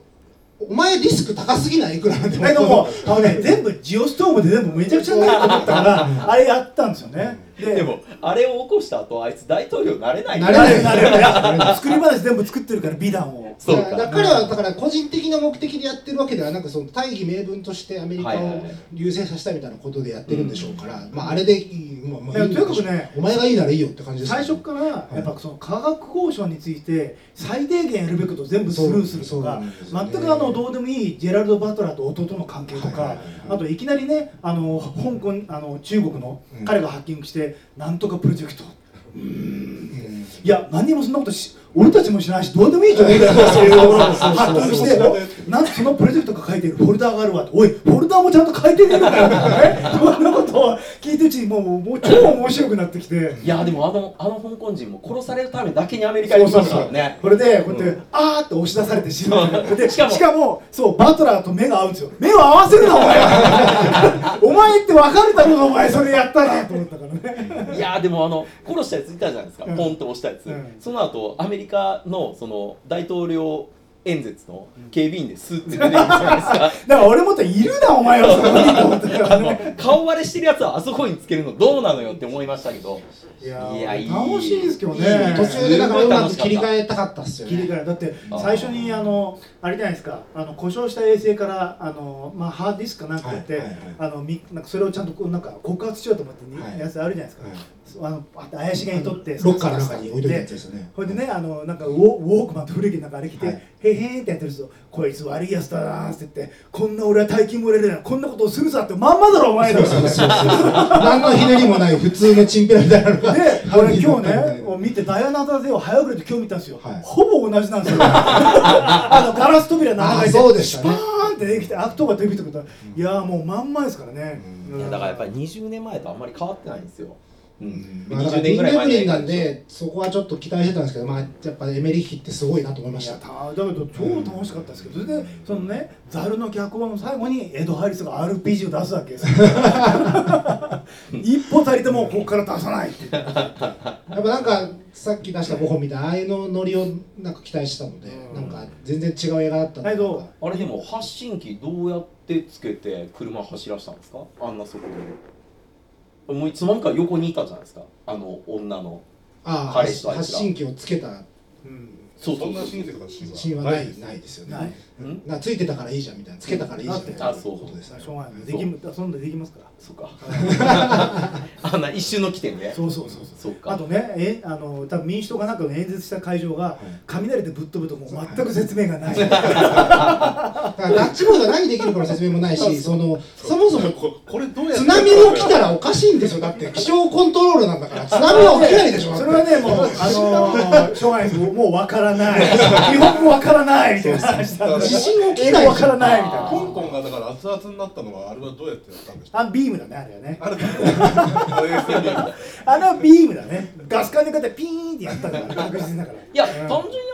Speaker 3: お前リスク高すぎないいくらなんて
Speaker 2: だけどもあのね全部ジオストームで全部めちゃくちゃになると思ったからあれやったんですよねで
Speaker 1: でもあれを起こした後あいつ大統領になれない
Speaker 3: な
Speaker 2: あ
Speaker 3: れ
Speaker 2: れ
Speaker 3: な
Speaker 2: あ
Speaker 3: い
Speaker 2: れあれあれ作り話全部作ってるから美談を
Speaker 1: そう
Speaker 3: だ
Speaker 1: か
Speaker 3: から彼はだから個人的な目的でやってるわけではなくその大義名分としてアメリカ
Speaker 1: はいはい
Speaker 3: を
Speaker 1: はい
Speaker 3: 優勢させたみたいなことでやってるんでしょうから、まああれでいい、まあ、まあいいんでしょう
Speaker 2: いやとにかくね
Speaker 3: お前がいいならいいよって感じですよ
Speaker 2: 最
Speaker 3: ね、
Speaker 2: 初からやっぱその化学交渉について最低限やるべきことを全部スルーする
Speaker 3: そ
Speaker 2: と
Speaker 3: うな
Speaker 2: か
Speaker 3: んですよね
Speaker 2: 全くあのどうでもいいジェラルド・バトラーと弟の関係と
Speaker 3: はいは
Speaker 2: か
Speaker 3: いはいはい
Speaker 2: あといきなりねあの香港あの中国の
Speaker 3: うん
Speaker 2: 彼がハッキングしてなんとかプロジェクト
Speaker 3: うん
Speaker 2: いや何にもそんなことし俺たちも知らないしどうでもいい 情報だよっていうのをハッキングしてなんかそのプロジェクトが書いてるフォルダーがあるわっておいフォルダーもちゃんと書いてみるからね そんなことを聞いてるうちにもうもう超面白くなってきて。
Speaker 1: いやでもあのあの香港人も殺されるためだけにアメリカに来ましたからね
Speaker 2: これでこうやって、
Speaker 1: う
Speaker 2: あーって押し出されて死ぬんだよで
Speaker 1: しかも
Speaker 2: そうバトラーと目が合うんですよ目を合わせるな お前お前って分かるだろうがお前それやったらと思ったからね
Speaker 1: いやーでもあの殺したやついたじゃないですか、
Speaker 2: うん
Speaker 1: ポンと押したやつ、
Speaker 2: うん
Speaker 1: その後アメリカのその大統領演説の警備員ですって出てるじゃ
Speaker 2: だから俺もっているなお前はそこにと思っ
Speaker 1: な
Speaker 2: たか
Speaker 1: いですかあ
Speaker 2: らね
Speaker 1: の顔割れしてるやつはあそこにつけるのどうなのよって思いましたけど
Speaker 2: いや
Speaker 1: いやいい
Speaker 2: 楽しいですけどね
Speaker 1: いい
Speaker 3: 途中でだからうまく
Speaker 1: すごい楽し
Speaker 3: 切り
Speaker 1: かった
Speaker 3: 替えたかったっすよね
Speaker 2: 切り替えだって
Speaker 1: あー
Speaker 2: 最初にあのあれじゃないですかあの故障した衛星からあの、まあ、ハードディスクかなんかやって、
Speaker 3: はいはいはい
Speaker 2: あのみなんかそれをちゃんとこうなんか告発しようと思ってに、
Speaker 3: はい
Speaker 2: やつあるじゃないですか、
Speaker 3: はい
Speaker 2: そうあのあと怪しげにとって
Speaker 3: ロッカーの中に置いといたやつですよね
Speaker 2: ほいでねあのなんかウォウォークマンと古着なんかあれ着て、
Speaker 3: はい
Speaker 2: へいへーってやってるぞこいつ悪いやつだなーって言ってこんな俺は大金もらえるなこんなことをするさってまんまだろお前の
Speaker 3: そうそうそうそう 何のひねりもない普通のチンピラみたいなの が
Speaker 2: で、俺今日ね、
Speaker 3: は
Speaker 2: 見てダイアナ・ザ・デイを早送りで今日見たんですよ、
Speaker 3: はい
Speaker 2: ほぼ同じなんです よあのガラス扉の中
Speaker 3: あそうでしたね
Speaker 2: シュパーンってできて悪党が出てくるといやーもうまんまですからね、
Speaker 3: う
Speaker 1: いやだからやっぱり20年前とあんまり変わってないんですようん
Speaker 3: まあ、だか
Speaker 1: 20
Speaker 3: らデ
Speaker 1: 年
Speaker 3: ィー
Speaker 1: ぐ
Speaker 3: ン・
Speaker 1: らい
Speaker 3: レ
Speaker 1: 前
Speaker 3: ブ
Speaker 1: に
Speaker 3: リ
Speaker 1: や
Speaker 3: ンな
Speaker 1: った
Speaker 3: ん
Speaker 1: でしょ
Speaker 3: でそこはちょっと期待してたんですけど、まあ、やっぱエメリッヒってすごいなと思いま
Speaker 2: い
Speaker 3: し
Speaker 2: やだ
Speaker 3: た。
Speaker 2: けど超楽しかったですけど、それでそのねザルの脚本の最後にエド・ハリスが RPG を出すわけ ですよ一歩たりともここから出さないって
Speaker 3: やっぱなんかさっき出した5本みたいなああいうのノリをなんか期待してたので、
Speaker 2: うん
Speaker 3: なんか全然違う映画だった
Speaker 2: だけ
Speaker 3: の
Speaker 2: ど
Speaker 3: か
Speaker 1: あれでも発信機どうやってつけて車走らしたんですかあんな速度でもういつの間にか横にいたじゃないですかあの女の
Speaker 3: ああ
Speaker 1: 彼氏とあいつら
Speaker 3: 発信機をつけた
Speaker 2: うん
Speaker 1: そうそ
Speaker 4: そ
Speaker 1: うんそ
Speaker 4: な
Speaker 1: う
Speaker 4: 親切なシ
Speaker 3: シー
Speaker 4: ー
Speaker 3: ン
Speaker 4: ン
Speaker 3: は
Speaker 4: は
Speaker 3: な
Speaker 4: ないで
Speaker 3: い
Speaker 4: す
Speaker 3: ないですよね
Speaker 2: ない
Speaker 1: ん
Speaker 3: なついてたからいいじゃんみたいなつけたからいいじゃんみたいな
Speaker 1: あそう
Speaker 3: ことですよね
Speaker 2: しょうがないできんそんなできますから
Speaker 1: そう かあんな一瞬の起点で
Speaker 2: そうそうそうそう
Speaker 1: そうか
Speaker 2: あとねえあの多分民主党かなんかの演説した会場が雷でぶっ飛ぶともう全く説明がない
Speaker 3: だからダッチボーイが何できるかの説明もないしそのそもそも
Speaker 4: ここれどうやって
Speaker 3: 津波が起きたらおかしいんですよだって気象コントロールなんだから津波は起きないでしょだっ
Speaker 2: そ
Speaker 3: て
Speaker 2: れはねもう あのしょうがないですもうもうわからない日本語わからないみたいな話だ
Speaker 3: 地震起き
Speaker 2: 英
Speaker 3: な
Speaker 2: 語
Speaker 3: い
Speaker 2: わからないみたい
Speaker 4: 香
Speaker 2: な
Speaker 4: 港がだから熱々になったのはあれはどうやってやったんでしょう
Speaker 2: あビームだねあれはね
Speaker 4: あれあれですよね
Speaker 2: あのビームだねガス管でこうやってピーンってやったから確実だから
Speaker 1: いや
Speaker 2: うん
Speaker 1: 単純に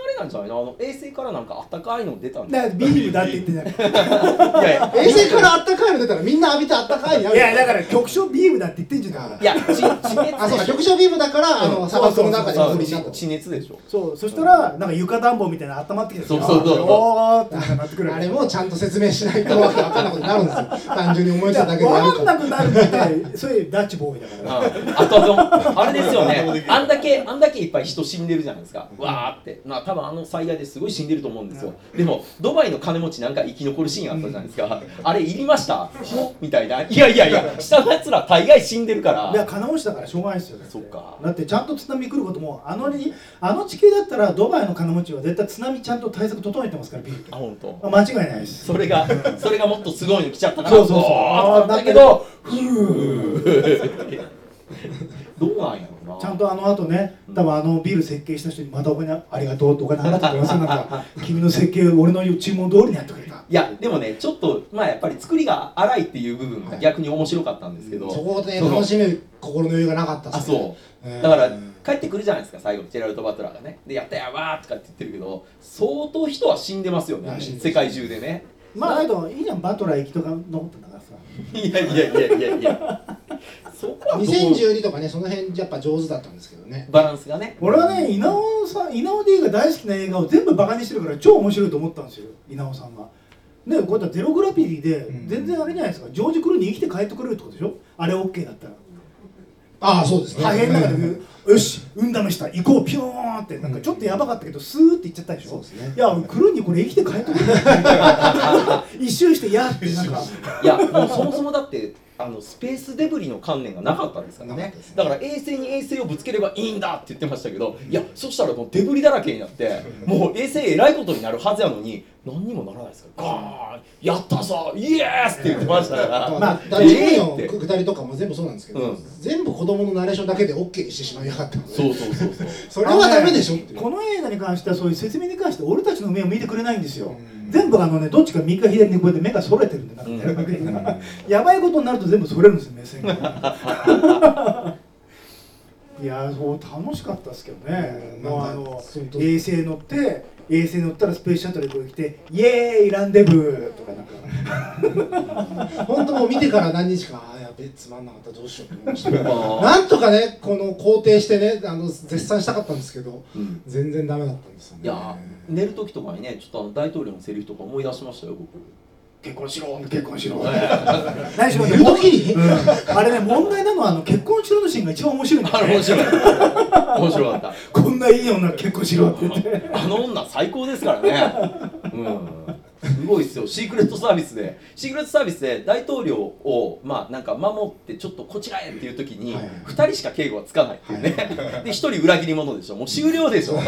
Speaker 1: あれなんじゃないのあの衛星からなんかあったかいの出たん
Speaker 2: だ
Speaker 1: だ
Speaker 2: からビームだって言ってない
Speaker 1: いやいや
Speaker 3: 衛星からあったかいの出たらみんな浴びてあったかいにあ
Speaker 2: い
Speaker 3: る
Speaker 2: やだから局所ビームだって言ってんじゃんだから
Speaker 1: いや地地熱
Speaker 3: あそう局所ビームだからあ
Speaker 2: うん
Speaker 3: の砂漠の中で
Speaker 1: そう
Speaker 3: 氷になった
Speaker 1: 地地熱でしょ
Speaker 2: そうそしたらなんか床暖房みたいなの温まってきて
Speaker 1: そうそうそう
Speaker 2: おーってなんかなってくる
Speaker 3: あれもちゃんと説明しないとわけわかんなことになるんですよ。単純に思いついただけでや
Speaker 2: 分
Speaker 3: る
Speaker 2: か
Speaker 3: と
Speaker 2: ん。なくなるってそれダッチボーイだから
Speaker 1: ああとあのあれですよねあんだけあんだけいっぱい人死んでるじゃないですかわーってまあ多分あの災害ですごい死んでると思うんですよでもドバイの金持ちなんか生き残るシーンあったじゃないですかあれいりましたほみたいないやいやいや下のやつら大概死んでるから
Speaker 2: いや金持ちだからしょうがないですよね
Speaker 1: そっか
Speaker 2: だってちゃんと津波来ることもあのにあの地形だったらドバイの金持ちは絶対津波ちゃんと対策整えてますからビール
Speaker 1: あ本当。
Speaker 2: 間違いないです
Speaker 1: それがそれがもっとすごいの来ちゃったから
Speaker 2: そうそうそう
Speaker 1: あだけどふーどうなんやろうな
Speaker 2: ちゃんとあの後ね、多分あのビール設計した人にまたお金ありがとうってお金払ってくださいなんか君の設計俺の注文通りにやってくれた。
Speaker 1: いやでもねちょっとまあやっぱり作りが荒いっていう部分が逆に面白かったんですけど、
Speaker 3: そこで
Speaker 1: その
Speaker 3: 楽しめる心の余裕がなかった
Speaker 1: あ
Speaker 3: ですね
Speaker 1: そうだから
Speaker 3: うん
Speaker 1: 帰ってくるじゃないですか最後ジェラルド・バトラーがねでやったやばーとかって言ってるけど相当人は死んでますよね
Speaker 3: あ死んでる
Speaker 1: 世界中でね
Speaker 2: まあ、あといいじゃん、バトラー行きとか残ったんだからさ。
Speaker 1: いやいやいやいやいやそこはどう
Speaker 3: 2012とかね、その辺やっぱ上手だったんですけどね。
Speaker 1: バランスがね
Speaker 2: 俺はね、稲尾さん、稲尾 D が大好きな映画を全部バカにしてるから超面白いと思ったんですよ、稲尾さんが。ね、こうやってゼログラピティで
Speaker 3: うん
Speaker 2: 全然あれじゃないですか、ジョージ・クルーニー生きて帰ってくれるってことでしょあれ OK だったら。
Speaker 3: ああ、そうですね。
Speaker 2: 破片の中
Speaker 3: うん
Speaker 2: で、よし、運試した、行こう、ピューンって、なんかちょっとやばかったけど、スーって行っちゃったでしょ。
Speaker 3: そうですね
Speaker 2: いや、クルーニーこれ生きて帰ってく る一周して、やって、なんか、
Speaker 1: いやもうそもそもだってあのスペースデブリの観念がなかったんですから
Speaker 3: なかっ
Speaker 1: ね
Speaker 3: たですね
Speaker 1: だから衛星に衛星をぶつければいいんだって言ってましたけどいやそしたらもうデブリだらけになってもう衛星えらいことになるはずやのに何にもならないですからガーンやったぞイエースって言ってましたか
Speaker 3: ま
Speaker 1: ら
Speaker 3: あ
Speaker 2: まあ
Speaker 3: ダッチボーイ
Speaker 1: ええって
Speaker 3: の下りとかも全部そうなんですけど、
Speaker 1: うん
Speaker 3: 全部子供のナレーションだけで OK にしてしまいやがったので
Speaker 1: そうそうそうそう
Speaker 3: それはダメでしょっていう
Speaker 2: この映画に関してはそういう説明に関して俺たちの目を見てくれないんですよ、
Speaker 3: うん
Speaker 2: 全部あのねどっちか右か左にこうやって目が揃えてるんでなんかね、やばいことになると全部それるんですよ目線が いやーそう楽しかったですけどね、
Speaker 3: うん
Speaker 2: もう
Speaker 3: まあ
Speaker 2: あの
Speaker 3: そうと
Speaker 2: 衛星乗って衛星乗ったらスペースシャトルでこう来て「イエーイランデブー!」とかなんか
Speaker 3: 本当もう見てから何日か、ああ、やべえ、つまんなかった、どうしようと思いました。
Speaker 1: まあ
Speaker 3: なんとかね、この肯定してね、あの絶賛したかったんですけど、
Speaker 1: うん
Speaker 3: 全然ダメだったんですよね。
Speaker 1: いや寝る時とかにねちょっとあの大統領のセリフとか思い出しましたよ僕
Speaker 2: 結婚しろ結婚しろ
Speaker 1: あ
Speaker 2: 何しろね
Speaker 3: 言う時に
Speaker 2: うんあれね問題なのはあの結婚しろのシーンが一番面白いんだよ
Speaker 1: れ面白い 面白かった
Speaker 2: こんないい女結婚しろって言って
Speaker 1: あの女最高ですからね。うん。すごいですよ。シークレットサービスで、シークレットサービスで大統領をまあなんか守ってちょっとこちらへっていう時に
Speaker 3: はい
Speaker 1: 二人しか警護はつかないっていうね。で一人裏切り者でしょ。もう終了でしょ。あ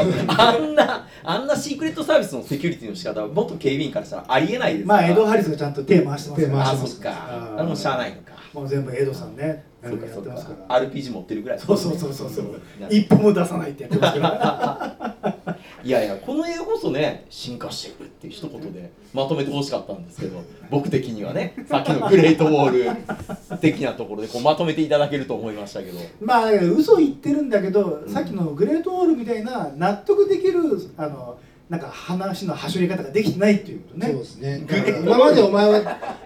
Speaker 1: んなあんなシークレットサービスのセキュリティの仕方は元警備員からしたらありえないですか
Speaker 2: ま
Speaker 1: ら。
Speaker 2: あエド・ハリスがちゃんと手回してますか
Speaker 3: 手回
Speaker 2: ら
Speaker 3: し
Speaker 1: あ
Speaker 3: てま
Speaker 1: そっ
Speaker 3: す
Speaker 1: か。
Speaker 2: うん
Speaker 1: あれもしゃあないのか。
Speaker 2: もう全部エドさんねや
Speaker 1: そうかそ
Speaker 2: っ
Speaker 1: う
Speaker 2: てますか
Speaker 1: か。
Speaker 2: ら
Speaker 1: RPG 持ってるぐらい。
Speaker 2: そうそうそうそうそう
Speaker 1: なる
Speaker 2: 一歩も出さないってやってますから
Speaker 1: いいやいやこの映画こそね進化していくっていう一言でまとめてほしかったんですけど僕的にはねさっきのグレートウォール的なところでこうまとめていただけると思いましたけど
Speaker 2: まあだけど嘘言ってるんだけど、
Speaker 1: うん
Speaker 2: さっきのグレートウォールみたいな納得できるあのなんか話の端折り方ができてないっていうことね
Speaker 3: そうですね。だから今までお前は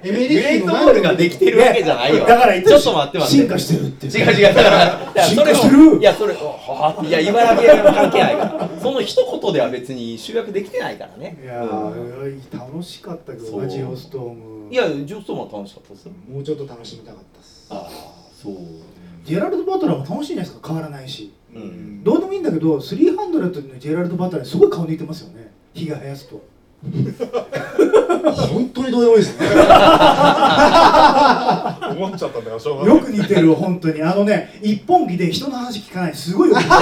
Speaker 3: エ
Speaker 1: グ
Speaker 3: メリッ
Speaker 1: レ
Speaker 3: ヒ
Speaker 1: ー
Speaker 3: の
Speaker 1: トウ
Speaker 3: 前
Speaker 1: ォールができてるわけじゃないよ
Speaker 2: だから言った
Speaker 1: ち
Speaker 2: で
Speaker 1: ょ
Speaker 2: し
Speaker 1: っ
Speaker 2: ょ
Speaker 1: と待って待って
Speaker 2: 進化してるっていう
Speaker 1: 違う違うだからだからそれ
Speaker 2: 進化してる
Speaker 1: もいやそれははいや茨城は関係ないからその一言では別に集約できてないからね
Speaker 2: いやー、楽しかったけど
Speaker 1: そ
Speaker 2: な
Speaker 1: う
Speaker 2: ジオストーム
Speaker 1: いやジョストも楽しかったですよ
Speaker 3: もうちょっと楽しみたかったです。
Speaker 1: ああそう
Speaker 2: ジェラルド・バトラーも楽しいじゃないですか変わらないし
Speaker 1: うん
Speaker 2: どうでもいいんだけど300のジェラルド・バトラーすごい顔抜いてますよね日が生やすと
Speaker 3: 本当にどうでもいいですね。
Speaker 4: 思っちゃったんだよしょうがない
Speaker 2: よく似てる本当にあのね一本気で人の話聞かないすごいよく似てる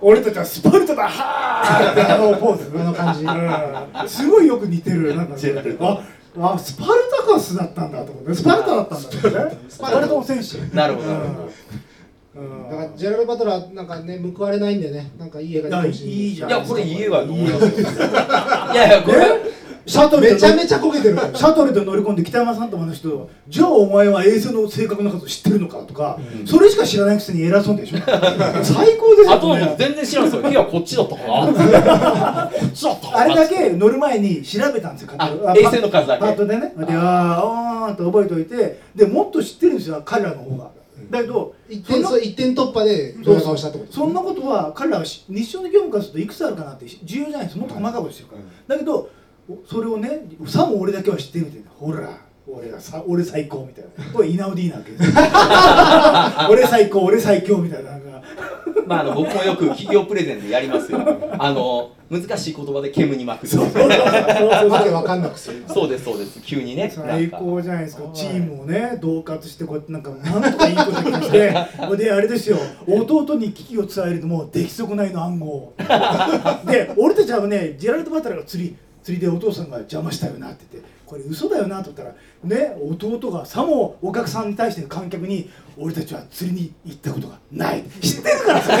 Speaker 2: 俺たちはスパルタだはーってあのポーズ
Speaker 3: あの感じ。
Speaker 2: うんすごいよく似てるなんか
Speaker 1: ジェラルド
Speaker 2: ああスパルタカスだったんだと思ってスパルタだったんだねスパルタの選手
Speaker 1: なるほどなるほど
Speaker 2: うん
Speaker 3: だからジェラルド・バトラーなんかね報われないんでねなんかいい映画で
Speaker 2: いいじゃん
Speaker 1: いやこれ
Speaker 2: い
Speaker 1: 家はと思いますよいやいやこれ
Speaker 2: シャトルで
Speaker 3: めちゃめちゃ焦げてるから
Speaker 2: シャトルで乗り込んで北山さんと話してじゃあお前は衛星の正確な数知ってるのかとか、それしか知らないくせに偉そうでしょ最高です
Speaker 1: あ
Speaker 2: よ
Speaker 1: とのこと
Speaker 2: ね
Speaker 1: 全然知らんす よ。いや、こっちだったかな。こっちだったかな。
Speaker 2: あれだけ乗る前に調べたんですよ
Speaker 1: あ
Speaker 2: 勝手にあ
Speaker 1: 衛星の数だけ
Speaker 2: パッとでねであーあーって覚えておいてでもっと知ってるんですよ彼らの方がだけど
Speaker 3: 一
Speaker 2: そん
Speaker 3: 点
Speaker 2: な
Speaker 3: そう一点突破でドヤ顔したってこと
Speaker 2: そんなことは彼らはし日常の業務からするといくつあるかなって重要じゃないですもっと細かいことしてるから、
Speaker 3: は
Speaker 2: だ
Speaker 3: い
Speaker 2: けどおそれをねさも俺だけは知ってるみたいなほら俺がさ俺最高みたいなこれイナウディーなわけです 俺最高俺最強みたいななんか
Speaker 1: まあ、あの、僕もよく企業プレゼンでやりますよ。あの、難しい言葉で煙に巻く。そう
Speaker 3: わけわかんなくする
Speaker 1: です、そうです。急にね。
Speaker 2: 最
Speaker 1: なんか
Speaker 2: 高じゃないですか
Speaker 1: はい
Speaker 2: チームをね同喝してこうやってなんかなんとかいいことにして であれですよ弟に危機を伝えるのも出来損ないの暗 号で俺たちはねジェラルド・バトラーが釣り釣りでお父さんが邪魔したよなって言ってこれ嘘だよなと思ったらね弟がさもお客さんに対しての観客に俺たちは釣りに行ったことがない知ってるからそれ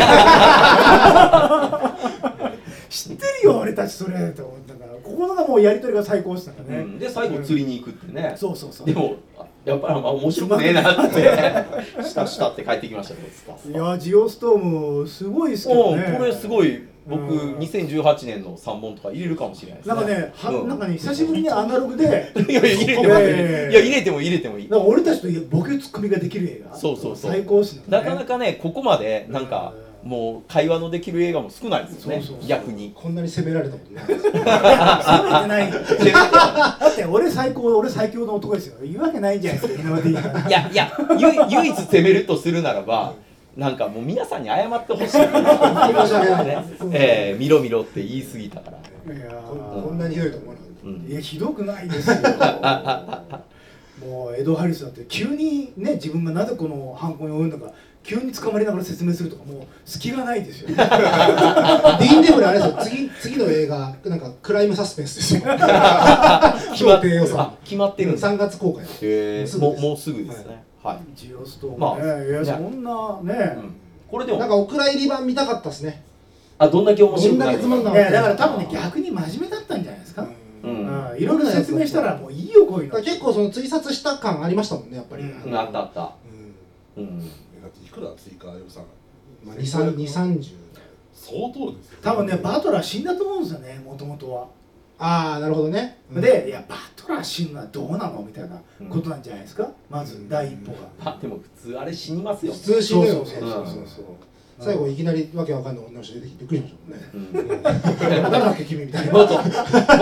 Speaker 2: 知ってるよ俺たちそれと思ったからここのがもうやり取りが最高でしたから
Speaker 1: う
Speaker 2: ね、
Speaker 1: んで、最後釣りに行くってね。
Speaker 2: そうそうそう
Speaker 1: でも、あやっぱり、まあ、面白くねえなって。したしたって帰ってきましたけどスタス
Speaker 2: い
Speaker 1: タ。
Speaker 2: やジオストームすごいっすけ
Speaker 1: お
Speaker 2: ど
Speaker 1: う
Speaker 2: ね
Speaker 1: これすごい。僕、
Speaker 2: うん
Speaker 1: 2018年の3本とか入れるかもしれないです、
Speaker 2: なんかね、は
Speaker 1: うん
Speaker 2: なんかね久しぶりにアナログで
Speaker 1: いや、入れてもいい。い
Speaker 2: ええ
Speaker 1: や、入れても入れてもいい。
Speaker 2: なんか俺たちとボケツッコミができる映画
Speaker 1: そうそうそう
Speaker 2: 最高っすね
Speaker 1: なかなかね、ここまでなんかもう会話のできる映画も少ないですよね、
Speaker 2: そうそうそう
Speaker 1: 逆に。
Speaker 3: こんなに責められたことないで
Speaker 2: か
Speaker 3: す
Speaker 2: 冷めてないだって俺最高俺最強の男ですよ言うわけないじゃないですか今までいいから
Speaker 1: いやいや、ゆ唯 一責めるとするならば、なんかもう皆さんに謝ってほしい、ねえー見ろ見ろって言い過ぎたから。
Speaker 2: いや
Speaker 3: こんこんなにひどいと思わなかっ
Speaker 1: う
Speaker 2: ーい
Speaker 1: ん
Speaker 2: やひどくないですよもうエド・ハリスだって急にね自分がなぜこの犯行に及んだか急に捕まりながら説明するとかもう隙がないですよ
Speaker 3: たディーン・デブルあれですよ次次の映画なんかクライムサスペンスですよ
Speaker 1: 決ま
Speaker 3: 評
Speaker 1: っ
Speaker 3: 定予
Speaker 1: あ
Speaker 3: 算
Speaker 1: 決まってるんです、
Speaker 3: 3月公開
Speaker 1: えーもうもうすぐですね。はい
Speaker 2: ジオストームね、
Speaker 1: まあ
Speaker 2: いや
Speaker 1: じゃあ
Speaker 2: そんなね、
Speaker 1: うんこれで
Speaker 3: なん
Speaker 1: も
Speaker 3: かお蔵入り版見たかったですね
Speaker 1: あどんだけ面白くな
Speaker 3: どんだけつまん
Speaker 1: る
Speaker 3: な
Speaker 2: いうやだから多分ね逆に真面目だったんじゃないですか、
Speaker 1: う
Speaker 2: うんんいろいろ説明したらもういいよこういう
Speaker 3: だ
Speaker 2: の
Speaker 3: から結構その追殺した感ありましたもんねやっぱり、
Speaker 2: うん
Speaker 1: うん、あったあった。
Speaker 4: うん
Speaker 1: うん
Speaker 4: えだっていくら追加予算
Speaker 3: まあ、2 3 2 3 0
Speaker 4: 相当ですよ
Speaker 2: 多分ねバトラー死んだと思うんですよねもともとは、
Speaker 3: ああなるほどね、うん
Speaker 2: でいやバトラー死ぬのはどうなのみたいなことなんじゃないですか、まず第一歩が、
Speaker 1: まあでも普通あれ死にますよ。
Speaker 3: 普通死ぬよね
Speaker 2: そう
Speaker 1: そうそう
Speaker 2: そうそう
Speaker 3: 最後いきなりわけわかんない女の人出てきてびっくりしましたもん
Speaker 1: う
Speaker 3: ね
Speaker 1: ん
Speaker 3: 誰だっけ君みたい
Speaker 1: も
Speaker 3: な
Speaker 1: っと、も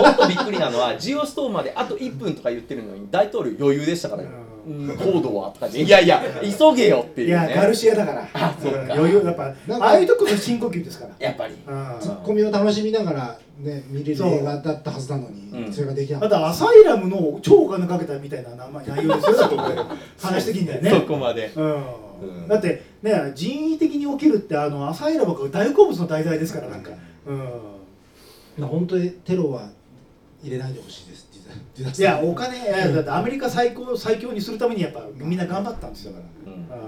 Speaker 1: っとびっくりなのは、ジオストームまであと1分とか言ってるのに、大統領余裕でしたから、うん、行動はとかね、いやいや、急げよって
Speaker 2: い
Speaker 1: いう
Speaker 2: やガル
Speaker 1: ね。
Speaker 2: シアだから
Speaker 1: あそうか
Speaker 2: 余裕やっぱ
Speaker 3: なんか
Speaker 2: ああいうとこが深呼吸ですから
Speaker 1: やっぱり。
Speaker 2: うん
Speaker 3: ツッコミを楽しみながら、ね、見れる
Speaker 2: そう
Speaker 3: 映画だったはずなのに、
Speaker 1: うん
Speaker 3: それができな
Speaker 2: ま
Speaker 3: かった
Speaker 2: たアサイラムの超お金かけたみたいな名前内容ですよだってこれ話的にはね
Speaker 1: そこまで。
Speaker 2: うん
Speaker 1: うん
Speaker 2: だってね人為的に起きるってあの朝選ばが大好物の題材ですからなんか、うん、
Speaker 3: 本当にテロは入れないでほしいですディザディザス
Speaker 2: い
Speaker 3: ター
Speaker 2: やお金いやだってアメリカ最高最強にするためにやっぱみんな頑張ったんですよだか
Speaker 1: うん
Speaker 2: ら、うん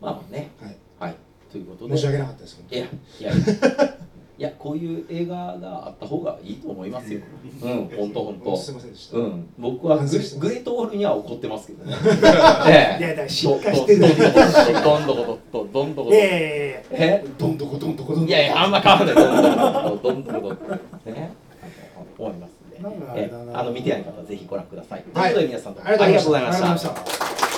Speaker 1: まあね。
Speaker 3: はい
Speaker 1: はい。ということで
Speaker 3: 申し訳なかったです本当
Speaker 1: いやいやいやこういう映画があった方がいいと思いますようん本当本
Speaker 3: にす
Speaker 1: 当
Speaker 3: いませんでした、
Speaker 1: うん僕は
Speaker 3: 反省
Speaker 1: グ
Speaker 3: してます
Speaker 1: グレートオールには怒ってますけどね
Speaker 2: いや
Speaker 1: ええ
Speaker 2: だから
Speaker 1: ど
Speaker 2: 進
Speaker 1: ん
Speaker 2: 化してる
Speaker 1: ど
Speaker 2: だ
Speaker 1: ん
Speaker 2: け
Speaker 1: ど
Speaker 2: だ
Speaker 1: こ
Speaker 2: から
Speaker 1: どんどこどんどんどこどんどこ
Speaker 2: いやいやいやいや
Speaker 1: え
Speaker 3: どんどこどんどこどんど
Speaker 1: い
Speaker 3: こ
Speaker 1: やいやあんま変わらないどんどこどんどこどんどこどんどこね思いますんで
Speaker 2: なんかあれ
Speaker 1: え
Speaker 2: だ
Speaker 1: え
Speaker 2: な
Speaker 1: あの見てない方はぜひご覧くださいと
Speaker 3: はい
Speaker 1: いうことで皆さんどうもありがとうございました
Speaker 3: ありがとうございました